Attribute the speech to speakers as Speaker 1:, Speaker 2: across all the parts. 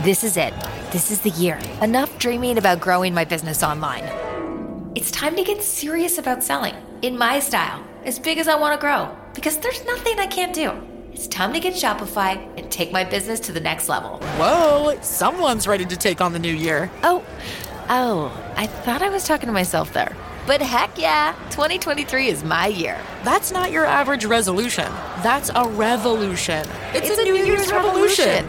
Speaker 1: This is it. This is the year. Enough dreaming about growing my business online. It's time to get serious about selling in my style, as big as I want to grow, because there's nothing I can't do. It's time to get Shopify and take my business to the next level.
Speaker 2: Whoa, someone's ready to take on the new year.
Speaker 1: Oh, oh, I thought I was talking to myself there. But heck yeah, 2023 is my year.
Speaker 2: That's not your average resolution. That's a revolution. It's, a, New, Year's, revolution.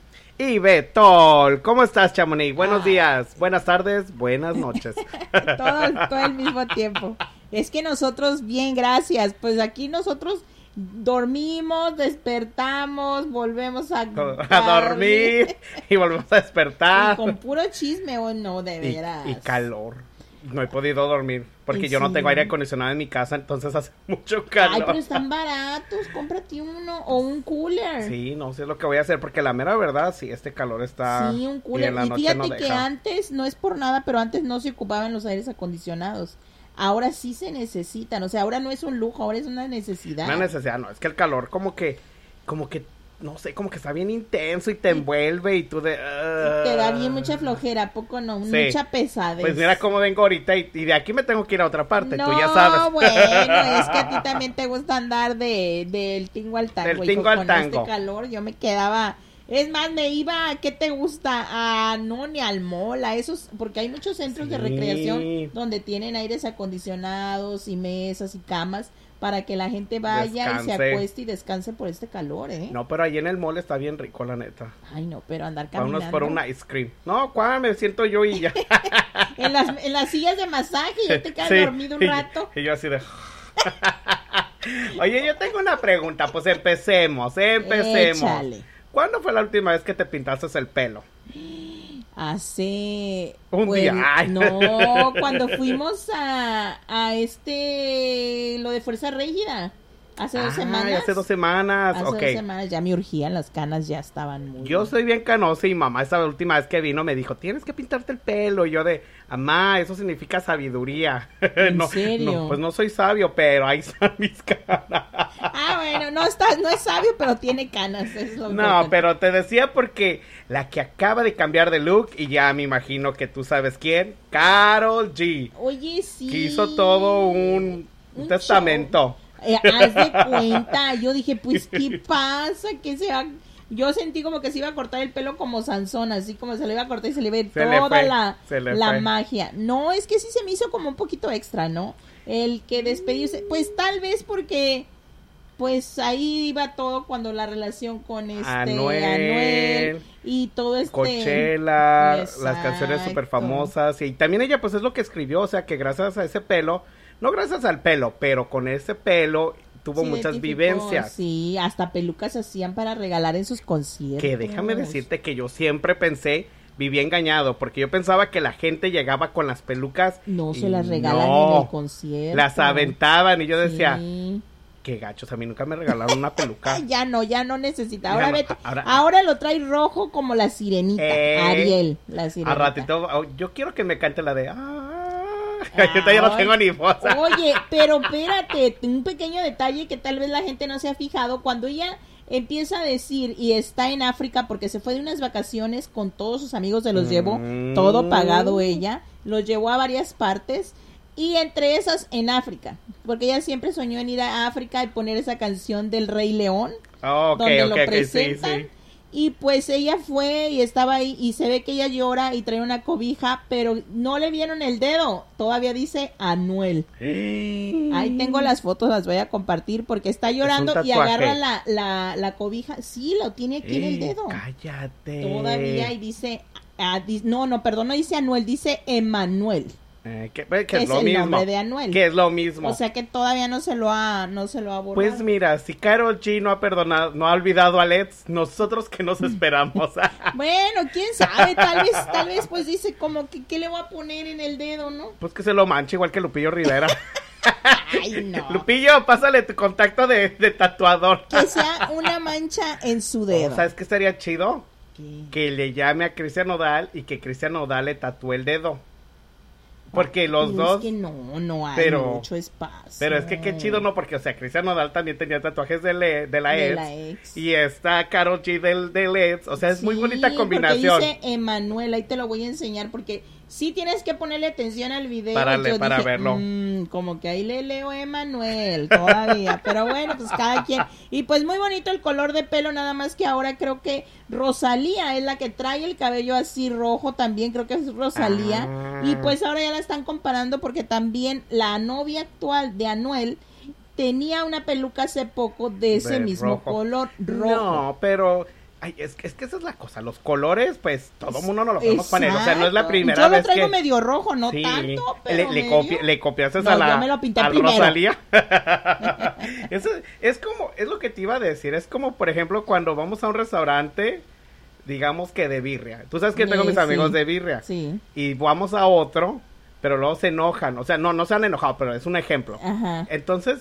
Speaker 3: y Betol. ¿Cómo estás, Chamonix?
Speaker 4: Ah.
Speaker 3: Buenos días, buenas tardes, buenas noches.
Speaker 4: todo, todo el mismo tiempo. Es que nosotros, bien, gracias. Pues aquí nosotros dormimos, despertamos, volvemos a,
Speaker 3: a dormir y volvemos a despertar.
Speaker 4: Y con puro chisme, o oh, no, de veras.
Speaker 3: Y, y, calor. No he podido dormir porque y yo sí. no tengo aire acondicionado en mi casa, entonces hace mucho calor.
Speaker 4: Ay, pero están baratos, cómprate uno o un cooler.
Speaker 3: Sí, no sé lo que voy a hacer porque la mera verdad, sí, este calor está.
Speaker 4: Sí, un cooler. Y, en la y noche fíjate no que deja. antes, no es por nada, pero antes no se ocupaban los aires acondicionados. Ahora sí se necesitan, o sea, ahora no es un lujo, ahora es una necesidad.
Speaker 3: Una necesidad, no, es que el calor como que, como que no sé, como que está bien intenso y te envuelve y tú de... Uh...
Speaker 4: Te da bien mucha flojera, ¿a poco no? Sí. Mucha pesadez.
Speaker 3: Pues mira cómo vengo ahorita y, y, de aquí me tengo que ir a otra parte,
Speaker 4: no,
Speaker 3: tú ya sabes.
Speaker 4: No, bueno, es que a ti también te gusta andar de, del tingo al tango.
Speaker 3: Del tingo hijo, al
Speaker 4: con
Speaker 3: tango.
Speaker 4: este calor yo me quedaba... Es más, me iba, a, ¿qué te gusta? A no, ni al mall, a esos, porque hay muchos centros sí. de recreación donde tienen aires acondicionados y mesas y camas para que la gente vaya descanse. y se acueste y descanse por este calor, ¿eh?
Speaker 3: No, pero ahí en el mall está bien rico, la neta.
Speaker 4: Ay, no, pero andar caminando.
Speaker 3: Vámonos por un ice cream. No, ¿cuál me siento yo y ya?
Speaker 4: en, las, en las sillas de masaje, ya te quedas sí. dormido un rato.
Speaker 3: Y, y yo así de... Oye, yo tengo una pregunta, pues empecemos, empecemos. Échale. ¿Cuándo fue la última vez que te pintaste el pelo?
Speaker 4: hace
Speaker 3: un pues, día Ay.
Speaker 4: no cuando fuimos a, a este lo de fuerza rígida hace ah, dos semanas
Speaker 3: hace dos semanas
Speaker 4: hace
Speaker 3: okay.
Speaker 4: dos semanas ya me urgían las canas ya estaban muy
Speaker 3: yo soy bien canosa y mamá esa última vez que vino me dijo tienes que pintarte el pelo y yo de mamá eso significa sabiduría
Speaker 4: en
Speaker 3: no,
Speaker 4: serio
Speaker 3: no, pues no soy sabio pero ahí están mis canas
Speaker 4: ah bueno no estás no es sabio pero tiene canas es lo
Speaker 3: no pero te decía porque la que acaba de cambiar de look y ya me imagino que tú sabes quién Carol G
Speaker 4: oye sí
Speaker 3: que hizo todo un, un testamento
Speaker 4: show. Eh, haz de cuenta. Yo dije, pues, ¿qué pasa? ¿Qué se va? Yo sentí como que se iba a cortar el pelo como Sansón, así como se le iba a cortar y se le ve toda
Speaker 3: fue,
Speaker 4: la, la
Speaker 3: fue.
Speaker 4: magia. No, es que sí se me hizo como un poquito extra, ¿no? El que despedirse, pues tal vez porque, pues ahí iba todo cuando la relación con este
Speaker 3: Anuel,
Speaker 4: Anuel y todo este.
Speaker 3: Coachella, Exacto. las canciones súper famosas. Y también ella, pues es lo que escribió, o sea que gracias a ese pelo no gracias al pelo, pero con ese pelo tuvo
Speaker 4: Se
Speaker 3: muchas vivencias.
Speaker 4: Sí, hasta pelucas hacían para regalar en sus conciertos.
Speaker 3: Que déjame decirte que yo siempre pensé viví engañado porque yo pensaba que la gente llegaba con las pelucas
Speaker 4: no
Speaker 3: y
Speaker 4: se las regalan no, en el concierto
Speaker 3: las aventaban y yo decía sí. qué gachos a mí nunca me regalaron una peluca
Speaker 4: ya no ya no necesita ahora, ya vete, no, ahora, ahora, lo trae rojo como la sirenita eh, Ariel la sirenita
Speaker 3: a ratito oh, yo quiero que me cante la de ah, yo todavía no tengo ni voz.
Speaker 4: Oye, pero espérate, un pequeño detalle que tal vez la gente no se ha fijado. Cuando ella empieza a decir y está en África porque se fue de unas vacaciones con todos sus amigos, se los llevó mm. todo pagado ella, los llevó a varias partes. Y entre esas en África, porque ella siempre soñó en ir a África y poner esa canción del Rey León,
Speaker 3: Ah, ok,
Speaker 4: donde
Speaker 3: ok,
Speaker 4: lo
Speaker 3: ok, sí,
Speaker 4: presentan.
Speaker 3: sí.
Speaker 4: Y pues ella fue y estaba ahí y se ve que ella llora y trae una cobija, pero no le vieron el dedo, todavía dice Anuel. Ahí tengo las fotos, las voy a compartir porque está llorando y
Speaker 3: tatuaje.
Speaker 4: agarra la, la, la cobija. Sí, lo tiene aquí en el dedo.
Speaker 3: Cállate.
Speaker 4: Todavía y dice, ah, di- no, no, perdón, no dice Anuel, dice Emanuel.
Speaker 3: Eh, que, que
Speaker 4: que
Speaker 3: es,
Speaker 4: es
Speaker 3: lo
Speaker 4: el
Speaker 3: mismo.
Speaker 4: nombre de Anuel.
Speaker 3: Que es lo mismo.
Speaker 4: O sea que todavía no se lo ha, no se lo ha borrado.
Speaker 3: pues mira, si Carol G no ha perdonado, no ha olvidado a Let's, nosotros que nos esperamos.
Speaker 4: Bueno, quién sabe, tal vez, tal vez pues dice como que qué le voy a poner en el dedo, ¿no?
Speaker 3: pues que se lo manche igual que Lupillo Rivera.
Speaker 4: Ay, no.
Speaker 3: Lupillo, pásale tu contacto de, de tatuador.
Speaker 4: Que sea una mancha en su dedo.
Speaker 3: ¿Sabes qué estaría chido?
Speaker 4: ¿Qué?
Speaker 3: Que le llame a Cristian Nodal y que Cristian Nodal le tatúe el dedo. Porque los
Speaker 4: Pero
Speaker 3: dos.
Speaker 4: Es que no, no hay
Speaker 3: pero-
Speaker 4: mucho espacio.
Speaker 3: Pero es que qué chido, ¿no? Porque, o sea, Cristian Nodal también tenía tatuajes de, le- de la,
Speaker 4: De
Speaker 3: ex,
Speaker 4: la ex.
Speaker 3: Y está Carol G del, del ex. O sea, es muy
Speaker 4: Sí,
Speaker 3: bonita
Speaker 4: porque
Speaker 3: combinación.
Speaker 4: dice Emanuel, ahí te lo voy a enseñar porque sí tienes que ponerle atención al video. "Mm,
Speaker 3: Párale, para verlo.
Speaker 4: como que ahí le leo Emanuel todavía, pero bueno, pues cada quien. Y pues muy bonito el color de pelo, nada más que ahora creo que Rosalía es la que trae el cabello así rojo también, creo que es Rosalía.
Speaker 3: Ah.
Speaker 4: Y pues ahora ya la están comparando porque también la novia actual de Anuel tenía una peluca hace poco de ese
Speaker 3: De
Speaker 4: mismo
Speaker 3: rojo.
Speaker 4: color rojo.
Speaker 3: No, pero. ay, es, que- es que esa es la cosa. Los colores, pues todo el mundo no los podemos
Speaker 4: Exacto.
Speaker 3: poner. O sea, no es la primera
Speaker 4: Yo lo
Speaker 3: vez
Speaker 4: traigo
Speaker 3: que.
Speaker 4: medio rojo, no
Speaker 3: Sí,
Speaker 4: tanto,
Speaker 3: le-
Speaker 4: pero
Speaker 3: le,
Speaker 4: medio.
Speaker 3: copi- le copiaste
Speaker 4: No,
Speaker 3: a la,
Speaker 4: yo me lo pinté
Speaker 3: a
Speaker 4: primero.
Speaker 3: Rosalía. Eso es como, es lo que te iba a decir, es como por ejemplo cuando vamos a un restaurante, digamos que de birria. Tú sabes que tengo
Speaker 4: Eh,
Speaker 3: mis
Speaker 4: sí.
Speaker 3: amigos de birria.
Speaker 4: Sí.
Speaker 3: Y vamos a otro, pero luego se enojan. O sea, no, no se han enojado, pero es un ejemplo.
Speaker 4: Ajá.
Speaker 3: Entonces,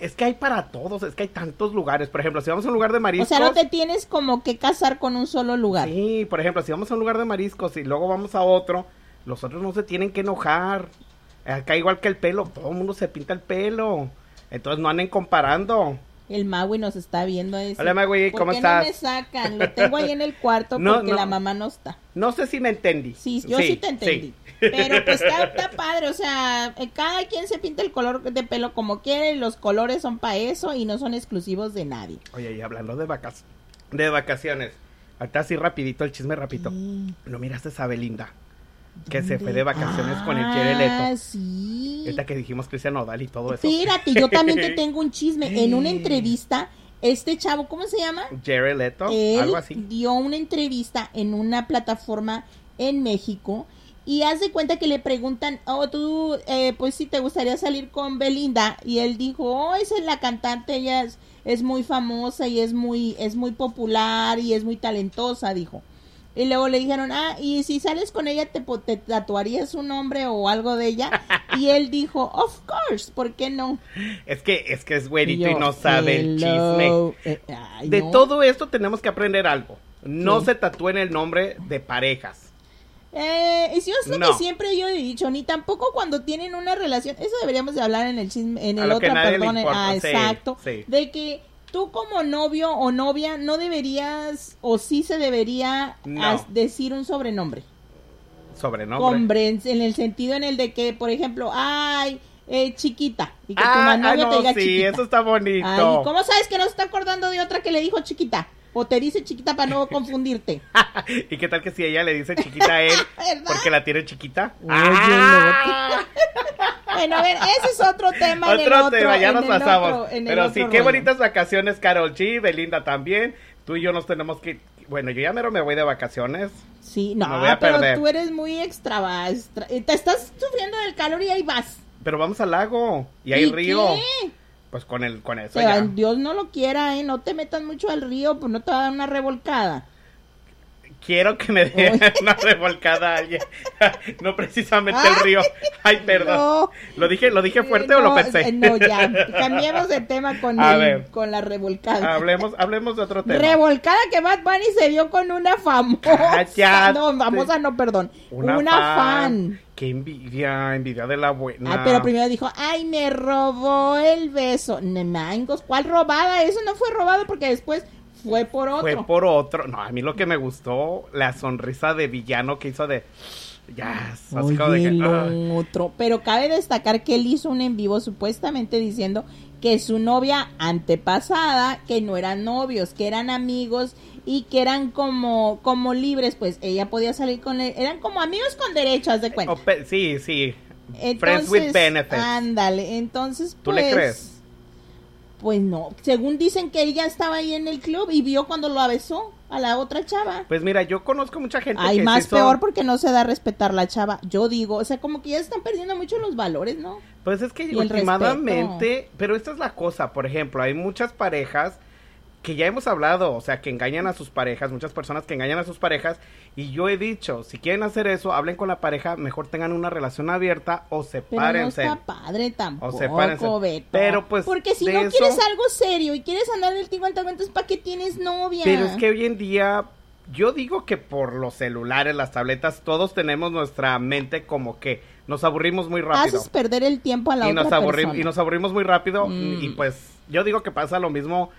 Speaker 3: es que hay para todos, es que hay tantos lugares. Por ejemplo, si vamos a un lugar de
Speaker 4: O
Speaker 3: mariscos.
Speaker 4: sea, no te tienes como que casar con un solo lugar.
Speaker 3: Sí, por ejemplo, si vamos a un lugar de mariscos y luego vamos a otro, los otros no se tienen que enojar. Acá igual que el pelo, todo el mundo se pinta el pelo. Entonces no anden comparando.
Speaker 4: El Maui nos está viendo eso.
Speaker 3: Hola, Maui,
Speaker 4: ¿Por
Speaker 3: ¿cómo
Speaker 4: qué
Speaker 3: estás?
Speaker 4: no me sacan? Lo tengo ahí en el cuarto
Speaker 3: No,
Speaker 4: porque
Speaker 3: no.
Speaker 4: la mamá no está.
Speaker 3: No sé si me entendí.
Speaker 4: Sí, yo sí, te entendí. Pero pues está, está padre, o sea, eh, cada quien se pinta el color de pelo como quiere, los colores son para eso y no son exclusivos de nadie.
Speaker 3: Oye, y hablando de vacas, de vacaciones, acá así rapidito, el chisme rapidito. ¿No miraste a Belinda? Que se fue de vacaciones con el Jared
Speaker 4: Ah,
Speaker 3: Leto.
Speaker 4: sí.
Speaker 3: Esta que dijimos Cristian Nodal y todo eso.
Speaker 4: Espérate, yo también te tengo un chisme. En una entrevista, este chavo, ¿cómo se llama?
Speaker 3: Jared Leto,
Speaker 4: Él
Speaker 3: algo así.
Speaker 4: dio una entrevista en una plataforma en México y haz de cuenta que le preguntan, oh, tú, eh, pues si te gustaría salir con Belinda. Y él dijo, oh, esa es la cantante, ella es, es muy famosa y es muy, es muy popular y es muy talentosa, dijo. Y luego le dijeron, ah, y si sales con ella, ¿te, po- te tatuarías un nombre o algo de ella? Y él dijo, of course, ¿por qué no?
Speaker 3: Es que es que es güerito y,
Speaker 4: yo,
Speaker 3: no sabe el chisme.
Speaker 4: hello, eh, ay,
Speaker 3: De
Speaker 4: no.
Speaker 3: todo esto tenemos que aprender algo. No
Speaker 4: Sí.
Speaker 3: se tatúen el nombre de parejas.
Speaker 4: Eh, y si yo sé
Speaker 3: No.
Speaker 4: que siempre yo he dicho, ni tampoco cuando tienen una relación, eso deberíamos de hablar en el chisme, en
Speaker 3: A
Speaker 4: el
Speaker 3: lo que
Speaker 4: otro,
Speaker 3: nadie le
Speaker 4: perdón, en-
Speaker 3: importa,
Speaker 4: ah,
Speaker 3: sí,
Speaker 4: exacto,
Speaker 3: sí.
Speaker 4: de que tú como novio o novia no deberías o sí se debería
Speaker 3: No.
Speaker 4: as- decir un sobrenombre.
Speaker 3: Sobrenombre.
Speaker 4: Hombre, en, en el sentido en el de que, por ejemplo, ay, eh, chiquita, y que
Speaker 3: Ah,
Speaker 4: tu
Speaker 3: ah,
Speaker 4: novio te
Speaker 3: no,
Speaker 4: diga
Speaker 3: sí,
Speaker 4: chiquita.
Speaker 3: eso está bonito.
Speaker 4: Ay, ¿cómo sabes que no se está acordando de otra que le dijo chiquita? O te dice chiquita para no confundirte.
Speaker 3: ¿Y qué tal que si ella le dice chiquita a él
Speaker 4: ¿Verdad?
Speaker 3: porque la tiene chiquita?
Speaker 4: Oye,
Speaker 3: ¡Ah!
Speaker 4: Bueno, a ver, ese es otro tema. en el
Speaker 3: Otro tema, ya
Speaker 4: en
Speaker 3: nos
Speaker 4: el otro-
Speaker 3: pasamos.
Speaker 4: en el
Speaker 3: Pero
Speaker 4: otro
Speaker 3: sí, qué
Speaker 4: rollo.
Speaker 3: bonitas vacaciones, Carol G, Belinda también. Tú y yo nos tenemos que... Bueno, yo ya mero me voy de vacaciones.
Speaker 4: Sí, no,
Speaker 3: Me voy a
Speaker 4: pero
Speaker 3: perder.
Speaker 4: tú eres muy extrava. extra- eh, te estás sufriendo del calor y ahí vas.
Speaker 3: Pero vamos al lago y hay
Speaker 4: ¿Y
Speaker 3: río.
Speaker 4: qué?
Speaker 3: Pues con el con eso
Speaker 4: Te
Speaker 3: ya.
Speaker 4: va- Dios no lo quiera, ¿eh? No te metas mucho al río, pues no te va a dar una revolcada.
Speaker 3: Quiero que me den
Speaker 4: Oye.
Speaker 3: una revolcada a alguien. no precisamente el río. Ay, perdón.
Speaker 4: No.
Speaker 3: ¿Lo dije lo dije fuerte o
Speaker 4: No,
Speaker 3: lo pensé?
Speaker 4: eh, No, ya. Cambiemos de tema con,
Speaker 3: A
Speaker 4: el-
Speaker 3: ver.
Speaker 4: con la revolcada.
Speaker 3: hablemos, hablemos de otro tema. Ah,
Speaker 4: Revolcada que Bad Bunny se dio con una famosa.
Speaker 3: Cállate.
Speaker 4: No, famosa no, perdón. Una, fan.
Speaker 3: Qué envidia, envidia de la buena.
Speaker 4: Ah, pero primero dijo, ay, me robó el beso. Ne mangos, ¿cuál robada? Eso no fue robado porque después Fue por otro.
Speaker 3: Fue por otro. No, a mí lo que me gustó, la sonrisa de villano que hizo de. Ya, yes, así como de
Speaker 4: Oye,
Speaker 3: que,
Speaker 4: el
Speaker 3: "Ah".
Speaker 4: otro. Pero cabe destacar que él hizo un en vivo supuestamente diciendo que su novia antepasada, que no eran novios, que eran amigos y que eran como, como libres, pues ella podía salir con él, eran como amigos con derechos, haz de cuenta.
Speaker 3: O pe- sí, sí. Friends
Speaker 4: Entonces,
Speaker 3: with benefits.
Speaker 4: Ándale, entonces
Speaker 3: ¿Tú
Speaker 4: pues,
Speaker 3: le crees?
Speaker 4: Pues no, según dicen que ella estaba ahí en el club y vio cuando lo besó a la otra chava.
Speaker 3: Pues mira, yo conozco mucha gente
Speaker 4: Hay
Speaker 3: que
Speaker 4: más
Speaker 3: sí son-
Speaker 4: peor porque no se da a respetar la chava, yo digo, o sea, como que ya están perdiendo mucho los valores, ¿no?
Speaker 3: Pues es que
Speaker 4: Y el
Speaker 3: últimamente, pero esta es la cosa, por ejemplo, hay muchas parejas que ya hemos hablado, o sea, que engañan a sus parejas, muchas personas que engañan a sus parejas, y yo he dicho, si quieren hacer eso, hablen con la pareja, mejor tengan una relación abierta o
Speaker 4: Pero
Speaker 3: sepárense.
Speaker 4: no está padre tampoco,
Speaker 3: O sepárense.
Speaker 4: Beto.
Speaker 3: Pero, pues,
Speaker 4: Porque si
Speaker 3: de
Speaker 4: no
Speaker 3: eso-
Speaker 4: quieres algo serio y quieres andar del tigo al taco, entonces ¿para qué tienes novia?
Speaker 3: Pero es que hoy en día, yo digo que por los celulares, las tabletas, todos tenemos nuestra mente como que nos aburrimos
Speaker 4: Ah,
Speaker 3: muy rápido.
Speaker 4: haces perder el tiempo a la
Speaker 3: y
Speaker 4: otra
Speaker 3: nos, aburri-
Speaker 4: persona. Mm.
Speaker 3: y nos aburrimos muy rápido. Y pues yo digo que pasa lo mismo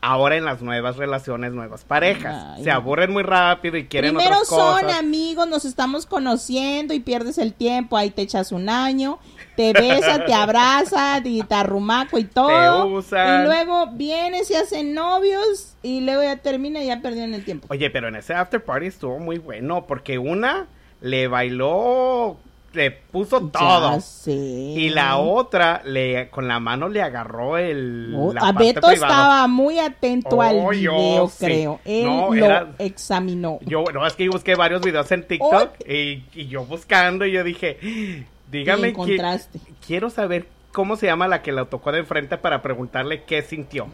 Speaker 3: ahora en las nuevas relaciones, nuevas parejas.
Speaker 4: Ay.
Speaker 3: Se aburren muy rápido y quieren
Speaker 4: Primero
Speaker 3: otras
Speaker 4: son
Speaker 3: cosas.
Speaker 4: amigos, nos estamos conociendo y pierdes el tiempo, ahí te echas un año, te besa, te abraza, y te arrumaco y todo.
Speaker 3: usan.
Speaker 4: Y luego vienes y hacen novios y luego ya termina y ya perdieron el tiempo.
Speaker 3: Oye, pero en ese after party estuvo muy bueno porque una le bailó, le puso todo.
Speaker 4: Ya sé.
Speaker 3: Y la
Speaker 4: Mm.
Speaker 3: otra le con la mano le agarró el
Speaker 4: Oh,
Speaker 3: la
Speaker 4: a
Speaker 3: parte
Speaker 4: Beto
Speaker 3: privada.
Speaker 4: estaba muy atento al
Speaker 3: Oh, yo
Speaker 4: video,
Speaker 3: sí.
Speaker 4: creo. Él
Speaker 3: No,
Speaker 4: lo
Speaker 3: era-
Speaker 4: examinó.
Speaker 3: Yo, no, es que yo busqué varios videos en TikTok y, y yo buscando y yo dije, dígame, qui-
Speaker 4: encontraste.
Speaker 3: quiero saber cómo se llama la que la tocó de enfrente para preguntarle qué sintió.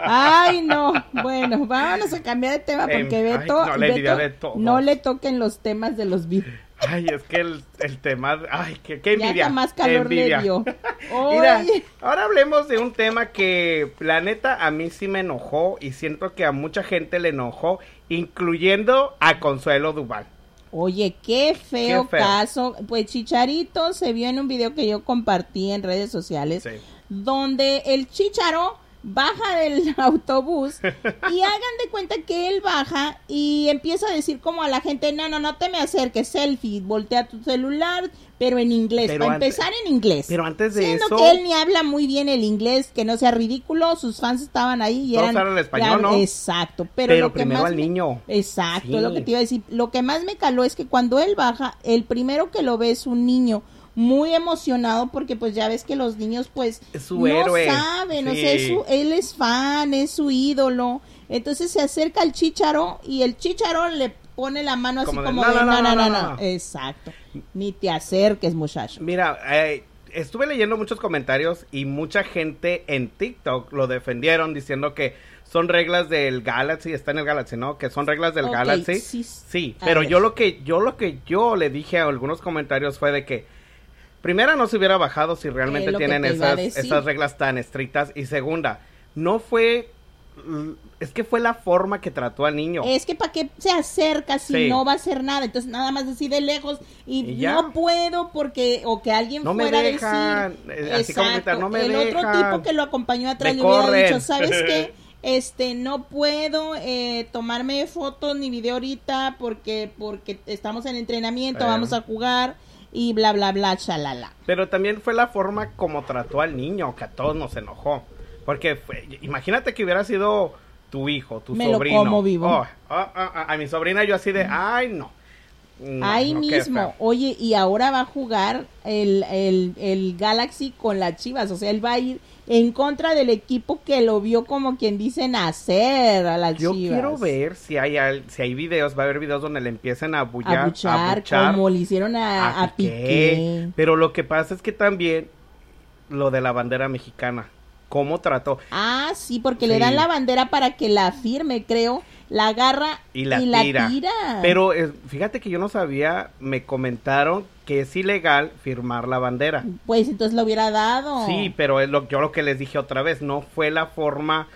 Speaker 4: Ay, no. Bueno, vámonos a cambiar de tema
Speaker 3: Em,
Speaker 4: porque
Speaker 3: ay,
Speaker 4: Beto,
Speaker 3: no, la envidia
Speaker 4: Beto
Speaker 3: de todos.
Speaker 4: no le toquen los temas de los videos.
Speaker 3: Ay, es que el, el tema, ay, qué, qué
Speaker 4: Ya
Speaker 3: envidia.
Speaker 4: hasta más
Speaker 3: qué
Speaker 4: calor
Speaker 3: envidia.
Speaker 4: le dio.
Speaker 3: Mira,
Speaker 4: Oye,
Speaker 3: ahora hablemos de un tema que la neta a mí sí me enojó y siento que a mucha gente le enojó, incluyendo a Consuelo Duval.
Speaker 4: oye, qué feo,
Speaker 3: Qué feo.
Speaker 4: caso. Pues Chicharito se vio en un video que yo compartí en redes sociales,
Speaker 3: Sí.
Speaker 4: donde el Chicharo baja del autobús y hagan de cuenta que él baja y empieza a decir como a la gente, no, no, no te me acerques, selfie, voltea tu celular, pero en inglés,
Speaker 3: Pero
Speaker 4: para
Speaker 3: antes-
Speaker 4: empezar en inglés.
Speaker 3: pero antes de
Speaker 4: Siendo
Speaker 3: eso-
Speaker 4: que él ni habla muy bien el inglés, que no sea ridículo, sus fans estaban ahí y
Speaker 3: Todos
Speaker 4: eran...
Speaker 3: hablan español, ¿no?
Speaker 4: Exacto, pero,
Speaker 3: Pero
Speaker 4: lo que
Speaker 3: primero
Speaker 4: más
Speaker 3: al
Speaker 4: me-
Speaker 3: niño.
Speaker 4: Exacto,
Speaker 3: Sí.
Speaker 4: es lo que te iba a decir. Lo que más me caló es que cuando él baja, el primero que lo ve es un niño muy emocionado porque pues ya ves que los niños pues
Speaker 3: Es su
Speaker 4: no
Speaker 3: héroe.
Speaker 4: saben, o sea,
Speaker 3: Sí.
Speaker 4: es su- él es fan, es su ídolo. Entonces se acerca al chícharo y el chícharo le pone la mano así
Speaker 3: Como
Speaker 4: como,
Speaker 3: de,
Speaker 4: de, no, no, no, no". Exacto. Ni te acerques, muchacho.
Speaker 3: Mira, eh, estuve leyendo muchos comentarios y mucha gente en TikTok lo defendieron diciendo que son reglas del Galaxy, está en el Galaxy, ¿no? Que son reglas del
Speaker 4: Ok,
Speaker 3: Galaxy.
Speaker 4: sí,
Speaker 3: Sí,
Speaker 4: a
Speaker 3: pero
Speaker 4: ver.
Speaker 3: yo lo que yo lo que yo le dije a algunos comentarios fue de que primera no se hubiera bajado si
Speaker 4: Es
Speaker 3: realmente
Speaker 4: Eh, lo que
Speaker 3: tienen
Speaker 4: te iba a
Speaker 3: esas
Speaker 4: decir.
Speaker 3: esas reglas tan estrictas y segunda, no fue l- es que fue la forma que trató al niño.
Speaker 4: Es que para qué se acerca si
Speaker 3: Sí.
Speaker 4: no va a hacer nada. Entonces nada más decide lejos y,
Speaker 3: Y ya.
Speaker 4: no puedo porque o que alguien
Speaker 3: No me
Speaker 4: fuera a
Speaker 3: dejan.
Speaker 4: decir.
Speaker 3: Eh, así como gritar, "No me
Speaker 4: El otro
Speaker 3: dejan".
Speaker 4: tipo que lo acompañó atrás
Speaker 3: Me
Speaker 4: le hubiera
Speaker 3: corren.
Speaker 4: dicho, ¿sabes qué? Este, no puedo eh, tomarme fotos ni video ahorita porque porque estamos en entrenamiento,
Speaker 3: Eh.
Speaker 4: vamos a jugar y bla bla bla, chalala.
Speaker 3: Pero también fue la forma como trató al niño, que a todos nos enojó. Porque fue- imagínate que hubiera sido tu hijo, tu
Speaker 4: Me lo
Speaker 3: sobrino.
Speaker 4: como vivo.
Speaker 3: Oh, ah, ah, ah, a mi sobrina yo así de, ay, no. No,
Speaker 4: Ahí
Speaker 3: no, qué
Speaker 4: mismo, oh,
Speaker 3: feo.
Speaker 4: oye, y ahora va a jugar el, el, el Galaxy con las Chivas, o sea, él va a ir en contra del equipo que lo vio como quien dice nacer a las
Speaker 3: Yo
Speaker 4: Chivas.
Speaker 3: quiero ver si hay al- si hay videos, va a haber videos donde le empiecen a bullar, a
Speaker 4: Abuchar,
Speaker 3: abuchar,
Speaker 4: como le hicieron a,
Speaker 3: a
Speaker 4: a
Speaker 3: Piqué.
Speaker 4: Piqué.
Speaker 3: Pero lo que pasa es que también lo de la bandera mexicana, cómo trató.
Speaker 4: Ah, sí, porque le
Speaker 3: Sí.
Speaker 4: dan la bandera para que la firme, creo, la agarra
Speaker 3: y la, tira. Pero eh, fíjate que yo no sabía, me comentaron que es ilegal firmar la bandera.
Speaker 4: Pues entonces lo hubiera dado.
Speaker 3: Sí, pero es lo, yo lo que les dije otra vez, no fue la forma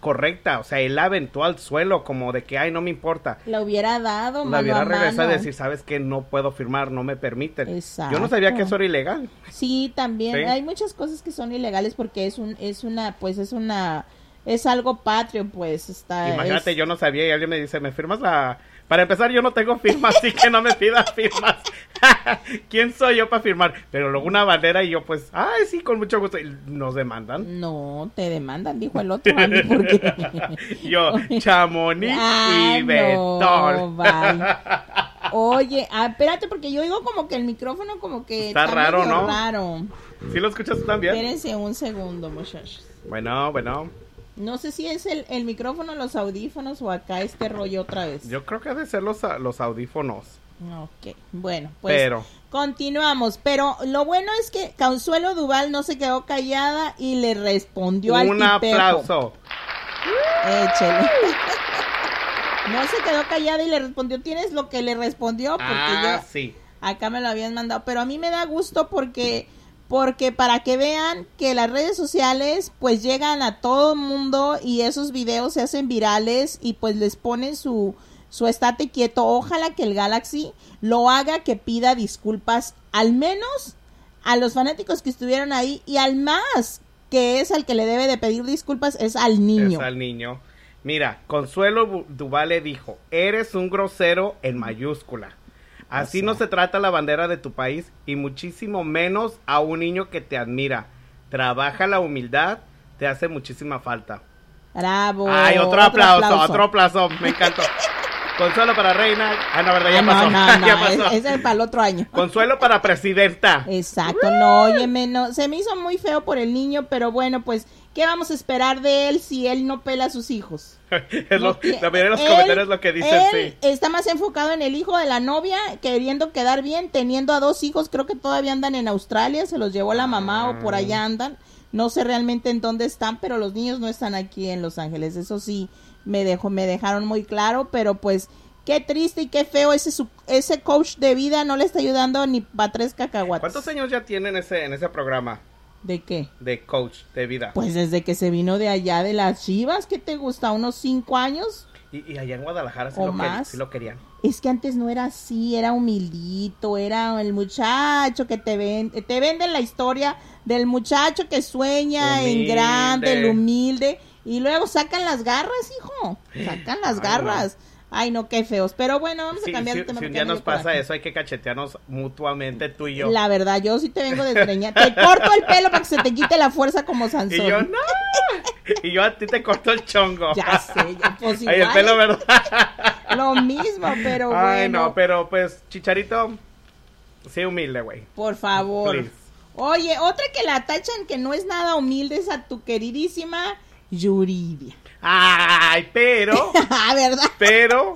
Speaker 3: correcta. O sea, él la aventó al suelo como de que, ay, no me importa.
Speaker 4: La hubiera dado,
Speaker 3: La
Speaker 4: mano a
Speaker 3: hubiera regresado a
Speaker 4: mano.
Speaker 3: decir, sabes que no puedo firmar, no me permiten. Yo
Speaker 4: Exacto.
Speaker 3: no sabía que eso era ilegal.
Speaker 4: Sí, también
Speaker 3: Sí.
Speaker 4: hay muchas cosas que son ilegales porque es un es una pues es una es algo patrio, pues. Está,
Speaker 3: Imagínate,
Speaker 4: es-
Speaker 3: yo no sabía y alguien me dice, ¿me firmas la...? Para empezar, yo no tengo firma, así que no me pidas firmas. ¿Quién soy yo para firmar? Pero luego una bandera y yo pues, ay, sí, con mucho gusto. Y nos demandan.
Speaker 4: No, te demandan, dijo el otro. A mí, porque...
Speaker 3: Yo, Chamonix
Speaker 4: Ah,
Speaker 3: y
Speaker 4: no,
Speaker 3: Betol.
Speaker 4: bye. Oye, ah, espérate, porque yo digo como que el micrófono como que
Speaker 3: Está raro,
Speaker 4: medio
Speaker 3: ¿no?
Speaker 4: raro.
Speaker 3: ¿Sí lo escuchas tú también?
Speaker 4: Espérense un segundo, muchachos.
Speaker 3: Bueno, bueno.
Speaker 4: No sé si es el, el micrófono, los audífonos o acá este rollo otra vez.
Speaker 3: Yo creo que ha de ser los, a- los audífonos.
Speaker 4: Ok, bueno, pues
Speaker 3: Pero.
Speaker 4: continuamos. Pero lo bueno es que Consuelo Duval no se quedó callada y le respondió al
Speaker 3: Un
Speaker 4: tipejo.
Speaker 3: aplauso.
Speaker 4: Échele. No se quedó callada y le respondió, tienes lo que le respondió porque
Speaker 3: Ah,
Speaker 4: yo
Speaker 3: sí.
Speaker 4: acá me lo habían mandado, pero a mí me da gusto porque porque para que vean que las redes sociales pues llegan a todo el mundo y esos videos se hacen virales y pues les ponen su su estate quieto. Ojalá que el Galaxy lo haga que pida disculpas al menos a los fanáticos que estuvieron ahí y al más que es al que le debe de pedir disculpas es al niño.
Speaker 3: Es al niño. Mira, Consuelo Bu- Duval le dijo, eres un grosero en mayúscula. Así no se trata la bandera de tu país y muchísimo menos a un niño que te admira. Trabaja la humildad, te hace muchísima falta.
Speaker 4: Bravo.
Speaker 3: Ay, otro, aplauso, otro aplauso, me encantó. Consuelo para reina. Ah, no, verdad, ya
Speaker 4: Ah,
Speaker 3: pasó.
Speaker 4: no, no, no,
Speaker 3: ya pasó.
Speaker 4: es- ese es para el otro año.
Speaker 3: Consuelo para presidenta.
Speaker 4: Exacto, no, óyeme, no, se me hizo muy feo por el niño, pero bueno, pues, ¿qué vamos a esperar de él si él no pela a sus hijos?
Speaker 3: Es lo-
Speaker 4: Eh, No tie-
Speaker 3: la mayoría de los
Speaker 4: él-
Speaker 3: comentarios lo que dicen,
Speaker 4: él
Speaker 3: sí.
Speaker 4: está más enfocado en el hijo de la novia, queriendo quedar bien, teniendo a dos hijos, creo que todavía andan en Australia, se los llevó la mamá o por
Speaker 3: Ah.
Speaker 4: allá andan, no sé realmente en dónde están, pero los niños no están aquí en Los Ángeles, eso sí, me dejó, me dejaron muy claro, pero pues... Qué triste y qué feo ese su- ese coach de vida no le está ayudando ni para tres cacahuates.
Speaker 3: ¿Cuántos años ya tiene en ese, en ese programa
Speaker 4: ¿De qué?
Speaker 3: de coach de vida?
Speaker 4: Pues desde que se vino de allá de las Chivas, ¿qué te gusta? ¿Unos cinco años?
Speaker 3: Y, y allá en Guadalajara sí
Speaker 4: ¿O
Speaker 3: lo, quer-
Speaker 4: más?
Speaker 3: sí lo querían.
Speaker 4: Es que antes no era así, era humildito, era el muchacho que te vende, te venden la historia del muchacho que sueña
Speaker 3: Humilde.
Speaker 4: en grande, el humilde, y luego sacan las garras, hijo, sacan las
Speaker 3: Ay,
Speaker 4: garras. Ay, no, qué feos. Pero bueno, vamos
Speaker 3: Sí,
Speaker 4: a cambiar
Speaker 3: si,
Speaker 4: de tema.
Speaker 3: si un
Speaker 4: porque
Speaker 3: día
Speaker 4: ando
Speaker 3: nos
Speaker 4: yo por
Speaker 3: pasa
Speaker 4: acá.
Speaker 3: eso, hay que cachetearnos mutuamente tú y yo.
Speaker 4: La verdad, yo sí te vengo de estreñar. Te corto el pelo para que se te quite la fuerza como
Speaker 3: y
Speaker 4: Sansón.
Speaker 3: yo, no. y yo a ti te corto el chongo.
Speaker 4: Ya sé, ya, pues
Speaker 3: Ay, el
Speaker 4: igual.
Speaker 3: pelo, ¿verdad?
Speaker 4: Lo mismo, pero bueno.
Speaker 3: Ay, no, pero pues, Chicharito, sí humilde, güey.
Speaker 4: Por favor.
Speaker 3: Please.
Speaker 4: Oye, otra que la tachan que no es nada humilde es a tu queridísima Yuridia.
Speaker 3: Ay, pero,
Speaker 4: Ah, ¿verdad?
Speaker 3: pero,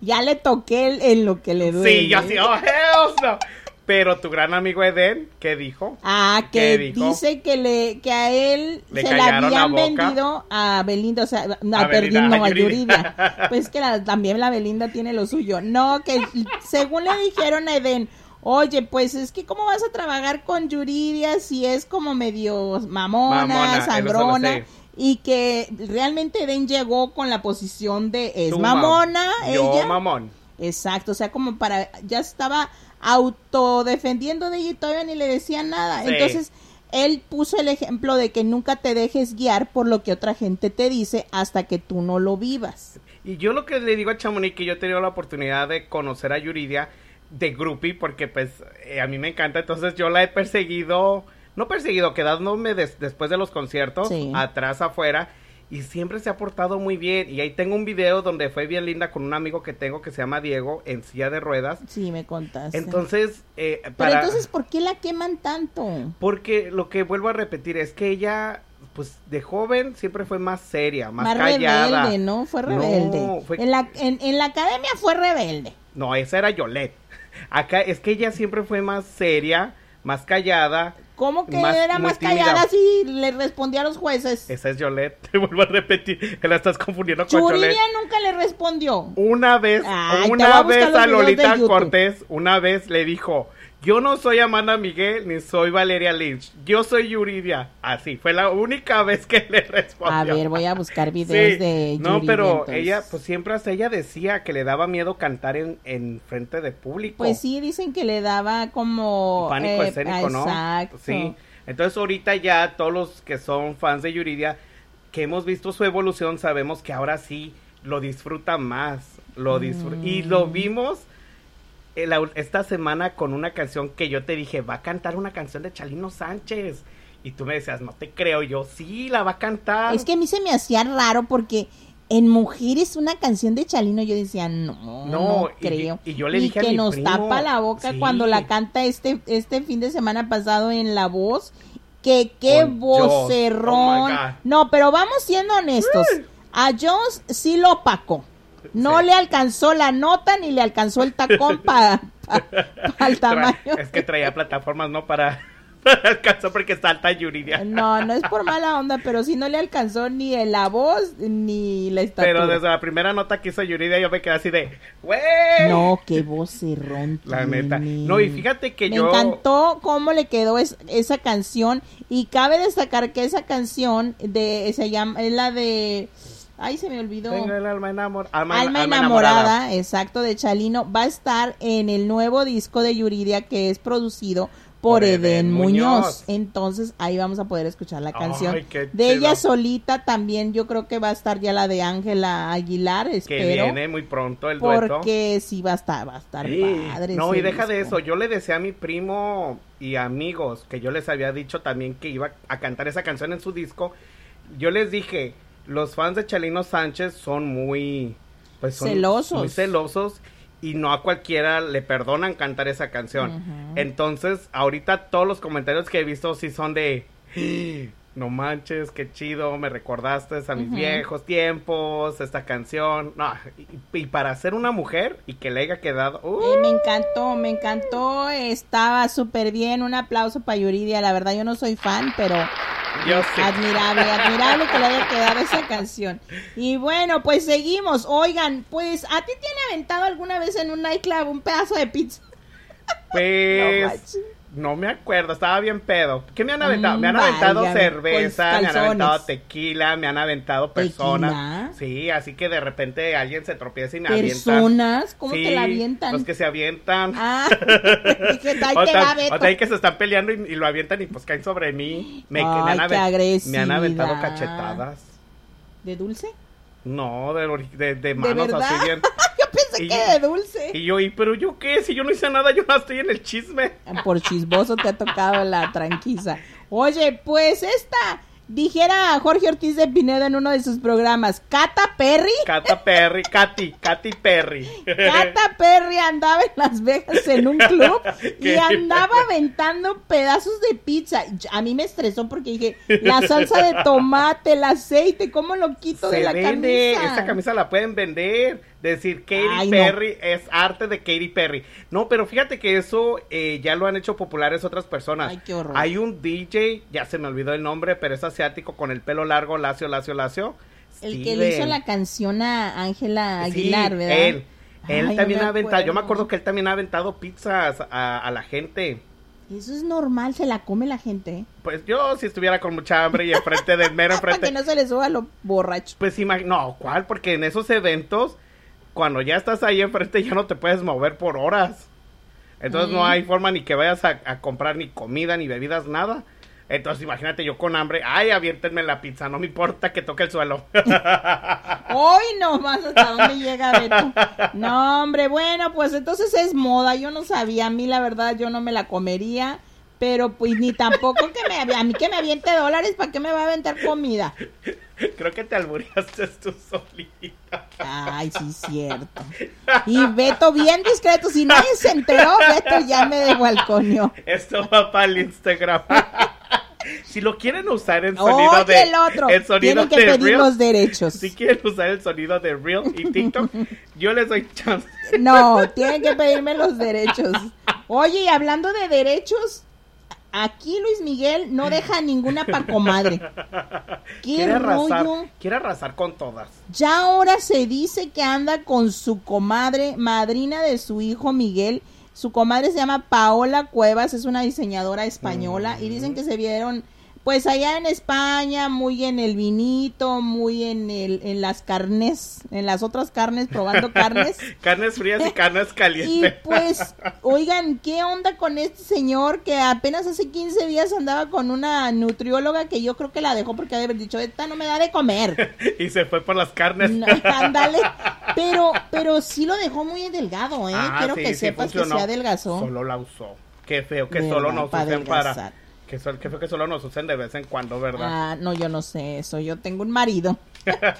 Speaker 4: Ya le toqué el- en lo que le duele.
Speaker 3: sí, yo sí, oh, hells no. Pero tu gran amigo Eden, ¿qué dijo?
Speaker 4: Ah,
Speaker 3: ¿Qué
Speaker 4: que
Speaker 3: dijo?
Speaker 4: dice que le que a él
Speaker 3: Le
Speaker 4: se le
Speaker 3: callaron la
Speaker 4: habían
Speaker 3: boca.
Speaker 4: vendido a Belinda, o sea, a,
Speaker 3: A Belinda,
Speaker 4: Belinda, no,
Speaker 3: a
Speaker 4: a
Speaker 3: Yuridia.
Speaker 4: Yuridia. Pues que la- también la Belinda tiene lo suyo. No, que según le dijeron a Eden, oye, pues es que cómo vas a trabajar con Yuridia si es como medio mamona,
Speaker 3: Mamona, eso lo
Speaker 4: sangrona.
Speaker 3: sé.
Speaker 4: Y que realmente Eden llegó con la posición de es
Speaker 3: Tú, mam.
Speaker 4: mamona,
Speaker 3: Yo,
Speaker 4: ella.
Speaker 3: mamón.
Speaker 4: Exacto, o sea, como para, ya estaba autodefendiendo de ella y todavía ni le decía nada.
Speaker 3: Sí.
Speaker 4: Entonces, él puso el ejemplo de que nunca te dejes guiar por lo que otra gente te dice hasta que tú no lo vivas.
Speaker 3: Y yo lo que le digo a Chamonix, que yo he tenido la oportunidad de conocer a Yuridia de groupie, porque pues eh, a mí me encanta, entonces yo la he perseguido, no perseguido, quedándome des- después de los conciertos,
Speaker 4: Sí.
Speaker 3: atrás, afuera, y siempre se ha portado muy bien. Y ahí tengo un video donde fue bien linda con un amigo que tengo que se llama Diego, en silla de ruedas.
Speaker 4: Sí, me contaste.
Speaker 3: Entonces, eh,
Speaker 4: Pero
Speaker 3: para...
Speaker 4: entonces, ¿por qué la queman tanto?
Speaker 3: Porque lo que vuelvo a repetir es que ella, pues de joven siempre fue más seria, más,
Speaker 4: Más,
Speaker 3: callada.
Speaker 4: rebelde, ¿no? Fue rebelde.
Speaker 3: No, fue-
Speaker 4: En, la, en, en la academia fue rebelde.
Speaker 3: No, esa era Yolette. Acá es que ella siempre fue más seria, más callada.
Speaker 4: ¿Cómo que
Speaker 3: Más-
Speaker 4: era
Speaker 3: muy
Speaker 4: más
Speaker 3: tímida.
Speaker 4: callada si le respondía a los jueces?
Speaker 3: Esa es Yolette. Te vuelvo a repetir, que la estás confundiendo con
Speaker 4: Yuridia
Speaker 3: Yolette.
Speaker 4: nunca le respondió.
Speaker 3: Una vez,
Speaker 4: Ay, te voy
Speaker 3: una
Speaker 4: a buscar
Speaker 3: vez
Speaker 4: los videos
Speaker 3: a
Speaker 4: de
Speaker 3: Lolita
Speaker 4: YouTube.
Speaker 3: Cortés, una vez le dijo, yo no soy Amanda Miguel ni soy Valeria Lynch, yo soy Yuridia. Así, fue la única vez que le respondió.
Speaker 4: A ver, voy a buscar videos
Speaker 3: Sí,
Speaker 4: de
Speaker 3: No,
Speaker 4: Yuridia,
Speaker 3: pero
Speaker 4: entonces.
Speaker 3: ella, pues siempre hasta ella decía que le daba miedo cantar en, en frente de público.
Speaker 4: Pues sí, dicen que le daba como...
Speaker 3: pánico
Speaker 4: eh,
Speaker 3: escénico, ¿no?
Speaker 4: Exacto.
Speaker 3: Sí. Entonces ahorita ya todos los que son fans de Yuridia que hemos visto su evolución, sabemos que ahora sí lo disfruta más. Lo disfr- Y lo
Speaker 4: Mm.
Speaker 3: vimos el au- esta semana con una canción que yo te dije, va a cantar una canción de Chalino Sánchez. Y tú me decías, no te creo yo, sí, la va a cantar.
Speaker 4: Es que a mí se me hacía raro porque en Mujeres una canción de Chalino yo decía, no, no,
Speaker 3: No, y-
Speaker 4: creo.
Speaker 3: y yo le dije a
Speaker 4: que
Speaker 3: mi
Speaker 4: nos
Speaker 3: primo,
Speaker 4: tapa la boca
Speaker 3: sí.
Speaker 4: cuando la canta este este fin de semana pasado en La Voz, que qué
Speaker 3: Con Joss, oh
Speaker 4: vocerrón.
Speaker 3: my God.
Speaker 4: no, pero vamos siendo honestos. A Jones sí lo opacó. No
Speaker 3: Sí.
Speaker 4: le alcanzó la nota ni le alcanzó el tacón para el tamaño.
Speaker 3: Tra- es que traía plataformas, ¿no? Para, para alcanzar porque está alta Yuridia.
Speaker 4: No, no es por mala onda, pero sí no le alcanzó ni la voz ni la estatura.
Speaker 3: Pero desde la primera nota que hizo Yuridia yo me quedé así de, ¡Wey!
Speaker 4: No, qué vocerrón.
Speaker 3: La
Speaker 4: tiene.
Speaker 3: neta. No, y fíjate que
Speaker 4: Me
Speaker 3: yo...
Speaker 4: encantó cómo le quedó es- esa canción. Y cabe destacar que esa canción de se llama, es la de. Ay, se me olvidó.
Speaker 3: Tengo el alma, enamor-
Speaker 4: Alma,
Speaker 3: alma- alma
Speaker 4: enamorada, exacto, de Chalino, va a estar en el nuevo disco de Yuridia que es producido por,
Speaker 3: Por
Speaker 4: Eden
Speaker 3: Edén
Speaker 4: Muñoz.
Speaker 3: Muñoz.
Speaker 4: Entonces ahí vamos a poder escuchar la
Speaker 3: Ay,
Speaker 4: canción.
Speaker 3: qué
Speaker 4: de ella
Speaker 3: chido.
Speaker 4: solita también yo creo que va a estar ya la de Ángela Aguilar,
Speaker 3: Que
Speaker 4: espero.
Speaker 3: viene muy pronto el dueto.
Speaker 4: Porque sí va a estar, va a estar
Speaker 3: Sí.
Speaker 4: padre.
Speaker 3: No,
Speaker 4: ese
Speaker 3: y deja de
Speaker 4: disco.
Speaker 3: eso. Yo le decía a mi primo y amigos que yo les había dicho también que iba a cantar esa canción en su disco. Yo les dije, los fans de Chalino Sánchez son muy pues son
Speaker 4: Celosos.
Speaker 3: muy celosos y no a cualquiera le perdonan cantar esa canción. Entonces, ahorita todos los comentarios que he visto sí son de "Ah, no manches, qué chido, me recordaste a mis viejos tiempos, esta canción. No, y, y para ser una mujer y que le haya quedado. ¡uh!
Speaker 4: Eh, me encantó, me encantó, estaba súper bien, un aplauso para Yuridia, la verdad yo no soy fan, pero
Speaker 3: Yo sí.
Speaker 4: Ah, Admirable, admirable que le haya quedado esa canción. Y bueno, pues seguimos. Oigan, pues a ti te han aventado alguna vez en un nightclub un pedazo de pizza. No
Speaker 3: Pues
Speaker 4: manches.
Speaker 3: no me acuerdo, estaba bien pedo. ¿Qué me han aventado? Me han
Speaker 4: Mm,
Speaker 3: aventado
Speaker 4: válgame,
Speaker 3: cerveza,
Speaker 4: pues,
Speaker 3: me han aventado
Speaker 4: calzones.
Speaker 3: tequila, me han aventado personas.
Speaker 4: ¿Tequila?
Speaker 3: Sí, así que de repente alguien se tropieza y me avienta.
Speaker 4: Personas, ¿cómo
Speaker 3: Sí,
Speaker 4: te la avientan?
Speaker 3: Los que se avientan.
Speaker 4: Ah, dije, ahí
Speaker 3: o
Speaker 4: te
Speaker 3: tan-
Speaker 4: va Beto.
Speaker 3: o tan que se están peleando y, y lo avientan y pues caen sobre mí. Me, me
Speaker 4: Ay,
Speaker 3: han
Speaker 4: qué
Speaker 3: aven- me han
Speaker 4: agresividad.
Speaker 3: aventado cachetadas.
Speaker 4: ¿De dulce?
Speaker 3: No, de, ori- de,
Speaker 4: ¿De
Speaker 3: de manos
Speaker 4: verdad?
Speaker 3: así bien.
Speaker 4: yo pensé
Speaker 3: Y-
Speaker 4: que de dulce.
Speaker 3: Y yo, ¿y pero yo qué? Si yo no hice nada, yo no estoy en el chisme.
Speaker 4: Por chismoso te ha tocado la tranquiza. Oye, pues esta, dijera Jorge Ortiz de Pinedo en uno de sus programas, Cata Perry.
Speaker 3: Cata Perry, Katy, Katy Perry.
Speaker 4: Cata Perry andaba en Las Vegas en un club y
Speaker 3: ¿Qué?
Speaker 4: andaba aventando pedazos de pizza. Yo- A mí me estresó porque dije, la salsa de tomate, el aceite, ¿cómo lo quito de
Speaker 3: Se
Speaker 4: la
Speaker 3: vende,
Speaker 4: camisa?
Speaker 3: esta camisa la pueden vender. Decir, Katy
Speaker 4: Ay, no.
Speaker 3: Perry es arte de Katy Perry. No, pero fíjate que eso eh, ya lo han hecho populares otras personas.
Speaker 4: Ay, qué horror.
Speaker 3: Hay un DJ, ya se me olvidó el nombre, pero es asiático con el pelo largo, lacio, lacio, lacio.
Speaker 4: El que le hizo la canción a Ángela
Speaker 3: Sí,
Speaker 4: Aguilar, ¿verdad?
Speaker 3: Él, él
Speaker 4: Ay, no
Speaker 3: también
Speaker 4: me
Speaker 3: ha aventado, yo me
Speaker 4: acuerdo.
Speaker 3: acuerdo que él también ha aventado pizzas a, a la gente.
Speaker 4: Eso es normal, se la come la gente. ¿eh?
Speaker 3: Pues yo si estuviera con mucha hambre y enfrente del mero
Speaker 4: Para que
Speaker 3: enfrente.
Speaker 4: no se le suba a lo borracho.
Speaker 3: Pues imag- no, ¿cuál? Porque en esos eventos, cuando ya estás ahí enfrente, ya no te puedes mover por horas. Entonces no hay forma ni que vayas a, a comprar ni comida, ni bebidas, nada. Entonces imagínate yo con hambre, ay, aviéntenme la pizza, no me importa que toque el suelo.
Speaker 4: Hoy nomás hasta dónde llega Beto. No, hombre, bueno, pues entonces es moda. Yo no sabía, a mí la verdad yo no me la comería, pero pues ni tampoco que me a mí que me aviente dólares, ¿para qué me va a aventar comida?
Speaker 3: Creo que te albureaste tú solita.
Speaker 4: Ay, sí cierto. Y Beto bien discreto, si nadie se enteró, Beto ya me dejó al coño.
Speaker 3: Esto va para el Instagram. si lo quieren usar en sonido
Speaker 4: Oye,
Speaker 3: de
Speaker 4: el otro.
Speaker 3: en sonido
Speaker 4: Tienen que
Speaker 3: de
Speaker 4: pedir
Speaker 3: Reel,
Speaker 4: los derechos.
Speaker 3: si quieren usar el sonido de Reel y TikTok, yo les doy chance.
Speaker 4: No, tienen que pedirme los derechos. Oye, y hablando de derechos, aquí Luis Miguel no deja ninguna pa' comadre. ¿Qué
Speaker 3: Quiere arrasar,
Speaker 4: rollo?
Speaker 3: quiere arrasar con todas.
Speaker 4: Ya ahora se dice que anda con su comadre, madrina de su hijo Miguel. Su comadre se llama Paola Cuevas, es una diseñadora española y dicen que se vieron Pues allá en España, muy en el vinito, muy en, el, en las carnes, en las otras carnes, probando carnes.
Speaker 3: Carnes frías y carnes
Speaker 4: Y
Speaker 3: calientes.
Speaker 4: pues, oigan, ¿qué onda con este señor que apenas hace 15 días andaba con una nutrióloga que yo creo que la dejó porque ha de haber dicho, esta no me da de comer?
Speaker 3: y se fue por las carnes.
Speaker 4: No, ándale. Pero, pero sí lo dejó muy delgado, ¿eh?
Speaker 3: Ah,
Speaker 4: Quiero
Speaker 3: sí,
Speaker 4: que
Speaker 3: sí
Speaker 4: sepas que
Speaker 3: funcionó.
Speaker 4: se adelgazó.
Speaker 3: Solo la usó. Qué feo que
Speaker 4: ¿Verdad?
Speaker 3: solo nos
Speaker 4: Para
Speaker 3: usen para.
Speaker 4: adelgazar.
Speaker 3: Que, sol- qué feo que solo nos usen de vez en cuando, ¿verdad?
Speaker 4: Ah, no, yo no sé eso. Yo tengo un marido.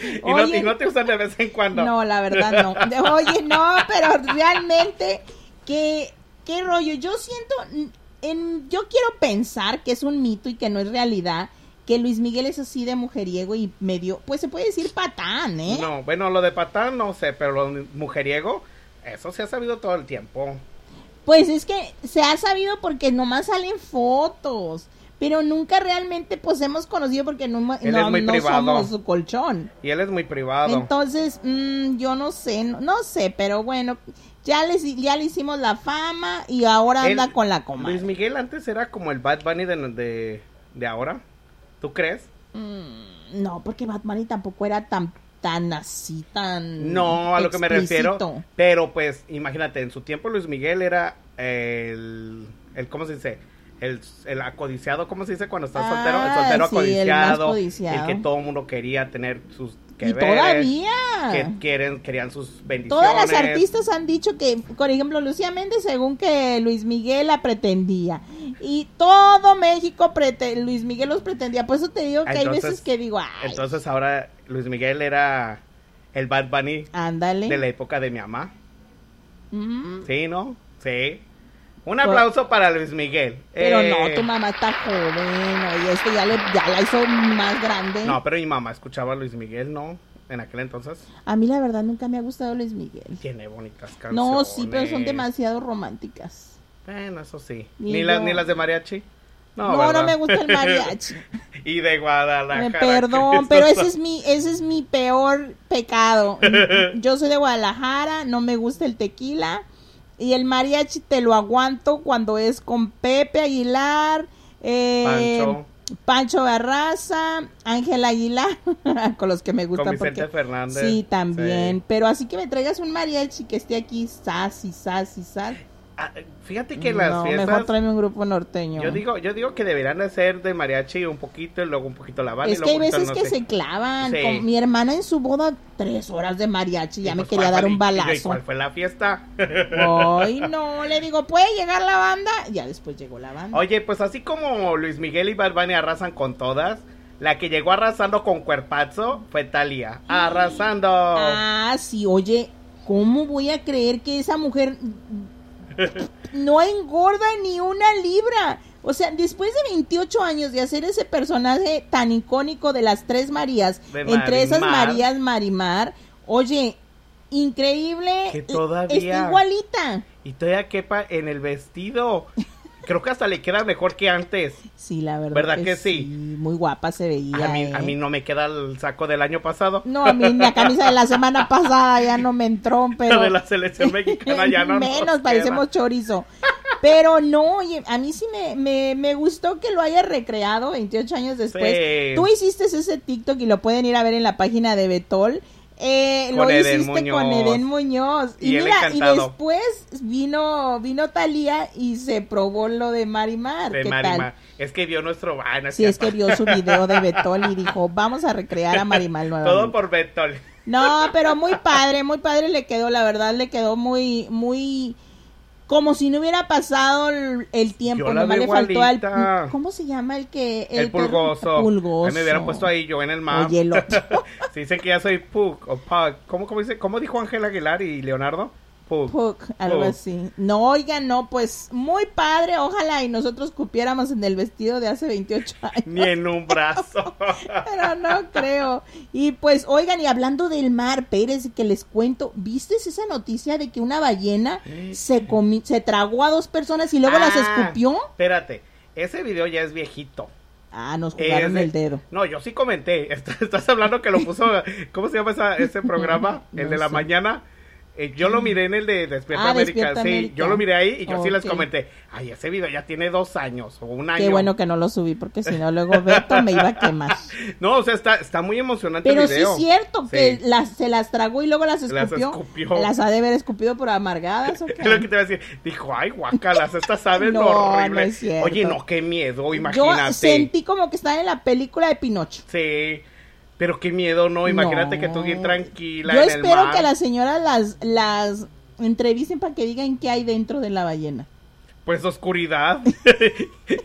Speaker 3: y, no,
Speaker 4: oye.
Speaker 3: y no te usan de vez en cuando.
Speaker 4: No, la verdad no. De- Oye, no, pero realmente, ¿qué, qué rollo? Yo siento, en, yo quiero pensar que es un mito y que no es realidad, que Luis Miguel es así de mujeriego y medio, pues se puede decir patán, ¿eh?
Speaker 3: No, bueno, lo de patán no sé, pero lo de mujeriego, eso se ha sabido todo el tiempo.
Speaker 4: Pues es que se ha sabido porque nomás salen fotos, pero nunca realmente pues hemos conocido porque no,
Speaker 3: Él
Speaker 4: no,
Speaker 3: es muy
Speaker 4: no
Speaker 3: privado.
Speaker 4: somos su colchón.
Speaker 3: Y él es muy privado.
Speaker 4: Entonces, mm, yo no sé, no, no sé, pero bueno, ya, les, ya le hicimos la fama y ahora
Speaker 3: Él-
Speaker 4: anda con la coma.
Speaker 3: Luis Miguel antes era como el Bad Bunny de, de, de ahora. ¿Tú crees?
Speaker 4: Mm, No, porque Batman tampoco era tan, tan así, tan...
Speaker 3: No, a lo que me refiero.
Speaker 4: Mm, explícito.
Speaker 3: Pero pues, imagínate, en su tiempo Luis Miguel era el, el ¿cómo se dice? El, el acodiciado, ¿cómo se dice cuando estás
Speaker 4: Ah,
Speaker 3: soltero? El soltero
Speaker 4: sí, el más
Speaker 3: acodiciado,
Speaker 4: codiciado.
Speaker 3: el que todo el mundo quería tener sus que
Speaker 4: Y
Speaker 3: veres,
Speaker 4: todavía.
Speaker 3: que quieren, querían sus bendiciones.
Speaker 4: Todas las artistas han dicho que, por ejemplo, Lucía Méndez, según que Luis Miguel la pretendía. Y todo México, prete- Luis Miguel los pretendía. Por eso te digo que hay
Speaker 3: Entonces-
Speaker 4: veces que digo, ay,
Speaker 3: Entonces ahora Luis Miguel era el Bad Bunny
Speaker 4: ándale.
Speaker 3: de la época de mi mamá.
Speaker 4: Mm,
Speaker 3: Sí, ¿no? Sí. Un
Speaker 4: Pues-
Speaker 3: aplauso para Luis Miguel.
Speaker 4: pero
Speaker 3: Eh,
Speaker 4: no, tu mamá está joven, oye, este ya, le, ya la hizo más grande.
Speaker 3: No, pero mi mamá escuchaba a Luis Miguel, ¿no? En aquel entonces.
Speaker 4: A mí la verdad nunca me ha gustado Luis Miguel.
Speaker 3: Tiene bonitas canciones.
Speaker 4: No, sí, pero son demasiado románticas.
Speaker 3: Bueno, eso sí.
Speaker 4: Ni
Speaker 3: Ni, las,
Speaker 4: yo.
Speaker 3: ni las de mariachi. No,
Speaker 4: No,
Speaker 3: ¿verdad?
Speaker 4: no me gusta el mariachi.
Speaker 3: y de Guadalajara.
Speaker 4: Me perdón,
Speaker 3: Cristo
Speaker 4: pero ese
Speaker 3: santo.
Speaker 4: es mi ese es mi peor pecado. Yo soy de Guadalajara, no me gusta el tequila y el mariachi te lo aguanto cuando es con Pepe Aguilar, eh,
Speaker 3: Pancho.
Speaker 4: Pancho Barraza, Ángel Aguilar, con los que me
Speaker 3: Con
Speaker 4: gustan
Speaker 3: Vicente
Speaker 4: porque
Speaker 3: Fernández.
Speaker 4: sí también,
Speaker 3: Sí.
Speaker 4: pero así que me traigas un mariachi que esté aquí sas y sas y sas.
Speaker 3: Ah, fíjate que las
Speaker 4: No, mejor
Speaker 3: fiestas.
Speaker 4: tráeme un grupo norteño.
Speaker 3: Yo digo, yo digo que deberían de ser de mariachi un poquito y luego un poquito la banda. y
Speaker 4: es que
Speaker 3: luego
Speaker 4: hay
Speaker 3: un poquito
Speaker 4: veces
Speaker 3: no
Speaker 4: que
Speaker 3: sé.
Speaker 4: se clavan.
Speaker 3: Sí.
Speaker 4: Con mi hermana en su boda, tres horas de mariachi, ya
Speaker 3: Y
Speaker 4: me
Speaker 3: pues,
Speaker 4: quería
Speaker 3: ¿cuál
Speaker 4: dar
Speaker 3: fue-
Speaker 4: un
Speaker 3: y- y-
Speaker 4: balazo.
Speaker 3: ¿Cuál fue la fiesta?
Speaker 4: Ay, no, le digo, ¿puede llegar la banda? Ya después llegó la banda.
Speaker 3: Oye, pues así como Luis Miguel y Bad Bunny arrasan con todas, la que llegó arrasando con cuerpazo fue Talia. Arrasando.
Speaker 4: Ah, sí, oye, ¿cómo voy a creer que esa mujer no engorda ni una libra? O sea, después de 28 años de hacer ese personaje tan icónico de las tres Marías,
Speaker 3: De
Speaker 4: entre esas
Speaker 3: Marimar.
Speaker 4: Marías Marimar, oye, increíble, e-,
Speaker 3: Que todavía-
Speaker 4: está igualita.
Speaker 3: Y todavía quepa en el vestido. Creo que hasta le queda mejor que antes.
Speaker 4: Sí, la verdad.
Speaker 3: ¿Verdad que sí?
Speaker 4: Muy guapa se veía.
Speaker 3: A mí,
Speaker 4: ¿eh?
Speaker 3: a mí no me queda el saco del año pasado.
Speaker 4: No, a mí la camisa de la semana pasada ya no me entró, pero.
Speaker 3: de la selección mexicana ya no. nos
Speaker 4: Menos
Speaker 3: queda.
Speaker 4: parecemos chorizo. Pero no, oye, a mí sí me, me, me gustó que lo haya recreado 28 años después.
Speaker 3: Sí.
Speaker 4: Tú hiciste ese TikTok y lo pueden ir a ver en la página de Betol. Eh,
Speaker 3: Con
Speaker 4: lo
Speaker 3: Eden
Speaker 4: hiciste con
Speaker 3: Muñoz.
Speaker 4: Eden Muñoz. Y,
Speaker 3: Y el
Speaker 4: mira, y
Speaker 3: encantado.
Speaker 4: después vino, vino Talía y se probó lo de Marimar.
Speaker 3: De
Speaker 4: ¿Qué
Speaker 3: Marimar.
Speaker 4: tal?
Speaker 3: Es que vio nuestro. Ah, no es
Speaker 4: Si es que
Speaker 3: cierto.
Speaker 4: vio su video de Betol y dijo, vamos a recrear a Marimal
Speaker 3: Todo
Speaker 4: nuevamente.
Speaker 3: por Betol.
Speaker 4: No, pero muy padre, muy padre le quedó, la verdad, le quedó muy, muy... Como si no hubiera pasado el, el tiempo,
Speaker 3: Yo la
Speaker 4: nomás
Speaker 3: veo
Speaker 4: le faltó al...
Speaker 3: igualita.
Speaker 4: ¿Cómo se llama el que...?
Speaker 3: El,
Speaker 4: que-
Speaker 3: pulgoso.
Speaker 4: pulgoso.
Speaker 3: Ahí me hubieran puesto ahí yo en el mapa.
Speaker 4: Oye, el otro.
Speaker 3: Se dice que ya soy Pug o Pug. ¿Cómo, cómo dice? ¿Cómo dijo Ángel Aguilar y Leonardo? Pug.
Speaker 4: Hook, algo
Speaker 3: Hook.
Speaker 4: así. No, oigan, no, pues muy padre, ojalá y nosotros cupiéramos en el vestido de hace 28 años.
Speaker 3: Ni en un brazo.
Speaker 4: Pero no creo. Y pues, oigan, y hablando del mar, Pérez, que les cuento, ¿viste esa noticia de que una ballena se, comi- se tragó a dos personas y luego las
Speaker 3: Ah,
Speaker 4: escupió?
Speaker 3: Espérate, ese video ya es viejito.
Speaker 4: Ah, nos jugaron
Speaker 3: Es de-
Speaker 4: el dedo.
Speaker 3: No, yo sí comenté. Est- Estás hablando que lo puso. ¿Cómo se llama esa- ese programa? El
Speaker 4: No
Speaker 3: de la
Speaker 4: sé.
Speaker 3: mañana. Eh, yo lo miré en el de Despierta
Speaker 4: Ah,
Speaker 3: América,
Speaker 4: Despierta
Speaker 3: sí,
Speaker 4: América.
Speaker 3: yo lo miré ahí y yo sí les
Speaker 4: Ok.
Speaker 3: comenté, ay, ese video ya tiene dos años o un año.
Speaker 4: Qué bueno que no lo subí porque si no luego Beto me iba a quemar.
Speaker 3: No, o sea, está, está muy emocionante
Speaker 4: Pero
Speaker 3: el
Speaker 4: sí
Speaker 3: Este video.
Speaker 4: es cierto que
Speaker 3: Sí.
Speaker 4: las, se las tragó y luego las
Speaker 3: Las
Speaker 4: escupió. Las,
Speaker 3: escupió.
Speaker 4: ha de haber escupido por amargadas o qué?
Speaker 3: Es lo que te iba a decir. Dijo, ay, guacalas, estas saben
Speaker 4: No,
Speaker 3: lo horrible.
Speaker 4: no es cierto.
Speaker 3: Oye, no, qué miedo,
Speaker 4: Yo
Speaker 3: imagínate.
Speaker 4: sentí como que estaba en la película de Pinocho.
Speaker 3: Sí, pero qué miedo, ¿no? Imagínate que tú bien
Speaker 4: No.
Speaker 3: tranquila
Speaker 4: Yo
Speaker 3: en el
Speaker 4: espero
Speaker 3: mar.
Speaker 4: que las señoras las, las entrevisten para que digan qué hay dentro de la ballena.
Speaker 3: Pues oscuridad.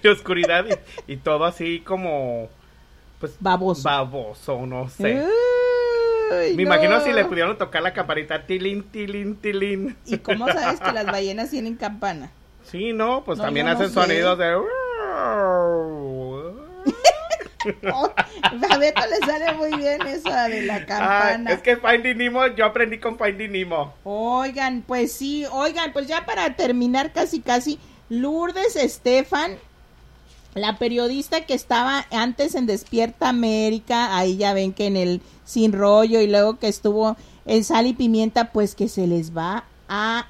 Speaker 3: y oscuridad y, y todo así como... Pues
Speaker 4: Baboso.
Speaker 3: baboso, no sé.
Speaker 4: Uy,
Speaker 3: Me imagino
Speaker 4: no.
Speaker 3: si le pudieron tocar la campanita, tilín, tilín, tilín.
Speaker 4: ¿Y cómo sabes que las ballenas tienen campana?
Speaker 3: Sí, ¿no? Pues
Speaker 4: No,
Speaker 3: también
Speaker 4: yo no
Speaker 3: hacen
Speaker 4: sé.
Speaker 3: sonidos de...
Speaker 4: Oh, a Beto le sale muy bien esa de la
Speaker 3: Ay,
Speaker 4: campana.
Speaker 3: Ah, es que Finding Nemo, yo aprendí con Finding Nemo.
Speaker 4: Oigan, pues sí, oigan, pues ya para terminar casi casi, Lourdes Estefan, la periodista que estaba antes en Despierta América, ahí ya ven que en el Sin Rollo y luego que estuvo en Sal y Pimienta, pues que se les va a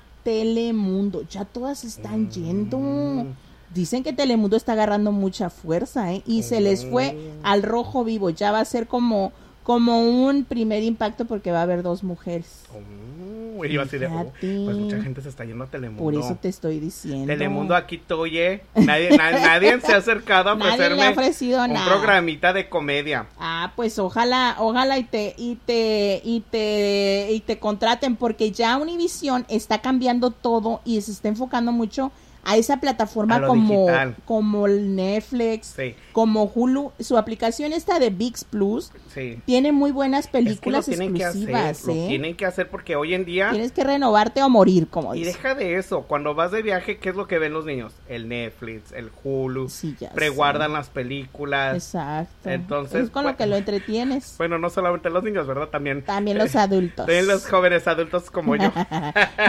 Speaker 4: Telemundo. Ya todas están yendo. Dicen que Telemundo está agarrando mucha fuerza, ¿eh? Y se les fue al rojo vivo. Ya va a ser como, como un primer impacto porque va a haber dos mujeres.
Speaker 3: Oh, y yo así de, oh,
Speaker 4: Fíjate.
Speaker 3: pues mucha gente se está yendo a Telemundo.
Speaker 4: Por eso te estoy diciendo.
Speaker 3: Telemundo aquí estoy, eh. Nadie, na- nadie se ha acercado a
Speaker 4: Nadie le ha
Speaker 3: ofrecerme
Speaker 4: ofrecido
Speaker 3: un
Speaker 4: nada.
Speaker 3: programita de comedia.
Speaker 4: Ah, pues ojalá, ojalá y te, y te, y te, y te contraten, porque ya Univision está cambiando todo y se está enfocando mucho a esa plataforma
Speaker 3: A lo
Speaker 4: como,
Speaker 3: digital.
Speaker 4: como el Netflix,
Speaker 3: Sí.
Speaker 4: como Hulu. Su aplicación esta de VIX Plus
Speaker 3: Sí.
Speaker 4: tiene muy buenas
Speaker 3: Es que lo
Speaker 4: películas
Speaker 3: tienen que hacer,
Speaker 4: exclusivas,
Speaker 3: lo
Speaker 4: ¿eh?
Speaker 3: tienen que hacer porque hoy en día
Speaker 4: Tienes que renovarte o morir, como
Speaker 3: y
Speaker 4: dice.
Speaker 3: deja de eso, cuando vas de viaje, ¿qué es lo que ven los niños? El Netflix, el Hulu,
Speaker 4: Sí, ya sé.
Speaker 3: preguardan las películas.
Speaker 4: Exacto.
Speaker 3: Entonces, pues,
Speaker 4: es con
Speaker 3: bueno.
Speaker 4: lo que lo entretienes.
Speaker 3: Bueno, no solamente los niños, ¿verdad? También
Speaker 4: También los adultos.
Speaker 3: eh, también los jóvenes adultos como yo.